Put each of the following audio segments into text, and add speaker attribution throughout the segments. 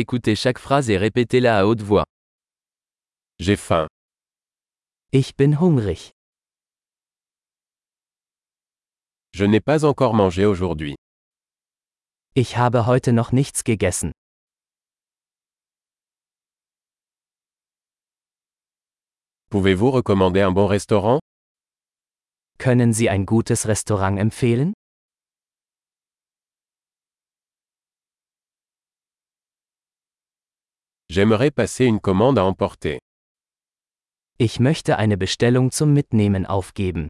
Speaker 1: Écoutez chaque phrase et répétez-la à haute voix.
Speaker 2: J'ai faim.
Speaker 1: Ich bin hungrig.
Speaker 2: Je n'ai pas encore mangé aujourd'hui.
Speaker 1: Ich habe heute noch nichts gegessen.
Speaker 2: Pouvez-vous recommander un bon restaurant
Speaker 1: Können Sie ein gutes Restaurant empfehlen?
Speaker 2: J'aimerais passer une commande à emporter.
Speaker 1: Ich möchte eine Bestellung zum Mitnehmen aufgeben.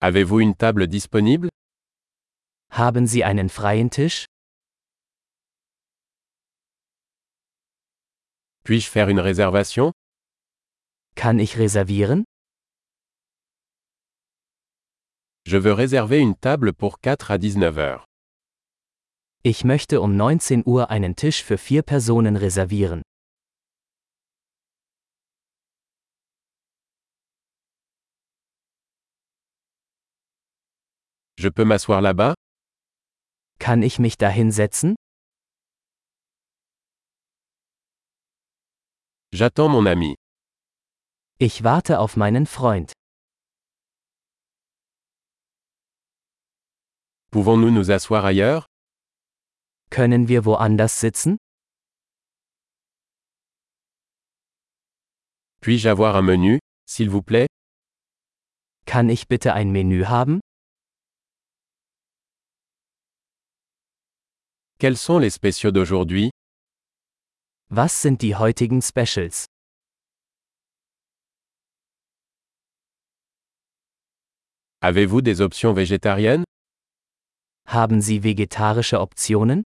Speaker 2: Avez-vous une table disponible
Speaker 1: Haben Sie einen freien Tisch?
Speaker 2: Puis-je faire une réservation
Speaker 1: Kann ich reservieren?
Speaker 2: Je veux réserver une table pour 4 à 19 heures.
Speaker 1: Ich möchte um 19 Uhr einen Tisch für vier Personen reservieren.
Speaker 2: Je peux m'asseoir là-bas
Speaker 1: Kann ich mich dahin setzen?
Speaker 2: J'attends mon ami.
Speaker 1: Ich warte auf meinen Freund.
Speaker 2: Pouvons-nous nous asseoir ailleurs
Speaker 1: Können wir woanders sitzen?
Speaker 2: Puis-je avoir un menu, s'il vous plaît
Speaker 1: Kann ich bitte ein Menü haben?
Speaker 2: Quels sont les spéciaux d'aujourd'hui
Speaker 1: Was sind die heutigen Specials?
Speaker 2: Avez-vous des options végétariennes
Speaker 1: Haben Sie vegetarische Optionen?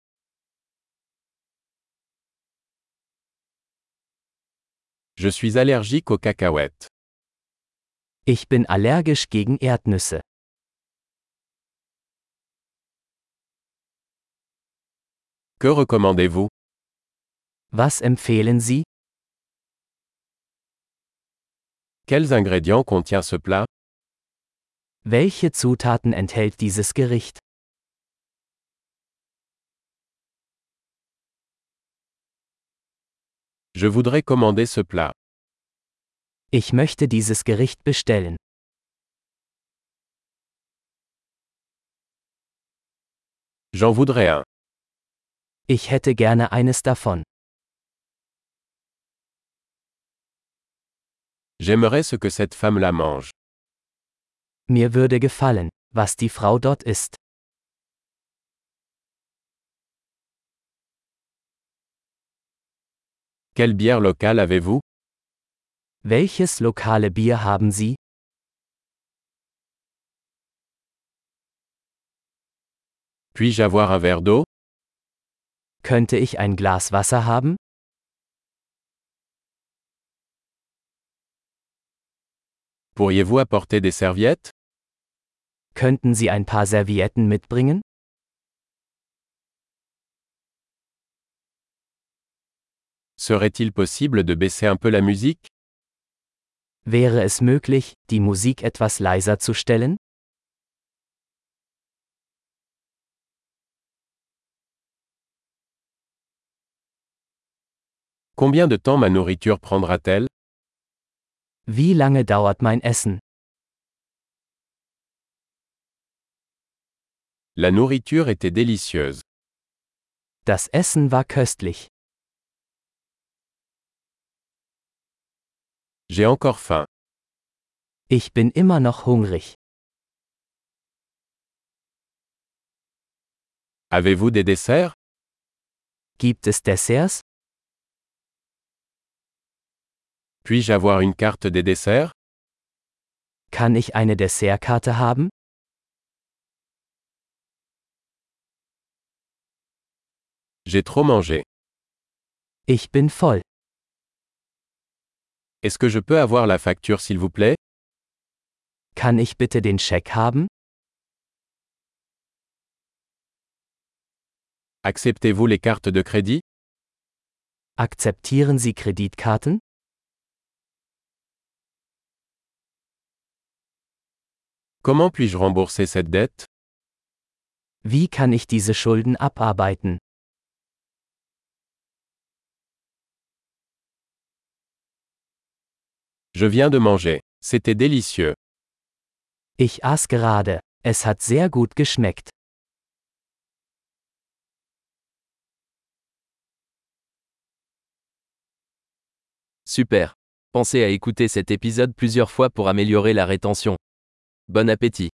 Speaker 2: Je suis allergique aux cacahuètes.
Speaker 1: Ich bin allergisch gegen Erdnüsse.
Speaker 2: Que recommandez-vous
Speaker 1: Was empfehlen Sie?
Speaker 2: Quels ingrédients contient ce plat
Speaker 1: Welche Zutaten enthält dieses Gericht?
Speaker 2: Je voudrais commander ce plat.
Speaker 1: Ich möchte dieses Gericht bestellen.
Speaker 2: J'en voudrais un.
Speaker 1: Ich hätte gerne eines davon.
Speaker 2: J'aimerais ce que cette femme la mange.
Speaker 1: Mir würde gefallen, was die Frau dort isst.
Speaker 2: Quelle bière locale avez-vous
Speaker 1: Welches lokale Bier haben Sie?
Speaker 2: Puis-je avoir un verre d'eau
Speaker 1: Könnte ich ein Glas Wasser haben?
Speaker 2: Pourriez-vous apporter des serviettes
Speaker 1: Könnten Sie ein paar Servietten mitbringen?
Speaker 2: Serait-il possible de baisser un peu la musique
Speaker 1: Wäre es möglich, die Musik etwas leiser zu stellen?
Speaker 2: Combien de temps ma nourriture prendra-t-elle
Speaker 1: Wie lange dauert mein Essen?
Speaker 2: La nourriture était délicieuse.
Speaker 1: Das Essen war köstlich.
Speaker 2: J'ai encore faim.
Speaker 1: Ich bin immer noch hungrig.
Speaker 2: Avez-vous des desserts
Speaker 1: Gibt es Desserts?
Speaker 2: Puis-je avoir une carte des desserts
Speaker 1: Kann ich eine Dessertkarte haben?
Speaker 2: J'ai trop mangé.
Speaker 1: Ich bin voll.
Speaker 2: Est-ce que je peux avoir la facture s'il vous plaît
Speaker 1: Kann ich bitte den Scheck haben?
Speaker 2: Acceptez-vous les cartes de crédit
Speaker 1: Akzeptieren Sie Kreditkarten?
Speaker 2: Comment puis-je rembourser cette dette
Speaker 1: Wie kann ich diese Schulden abarbeiten?
Speaker 2: Je viens de manger. C'était délicieux.
Speaker 1: Ich aß gerade. Es hat sehr gut geschmeckt.
Speaker 3: Super. Pensez à écouter cet épisode plusieurs fois pour améliorer la rétention. Bon appétit.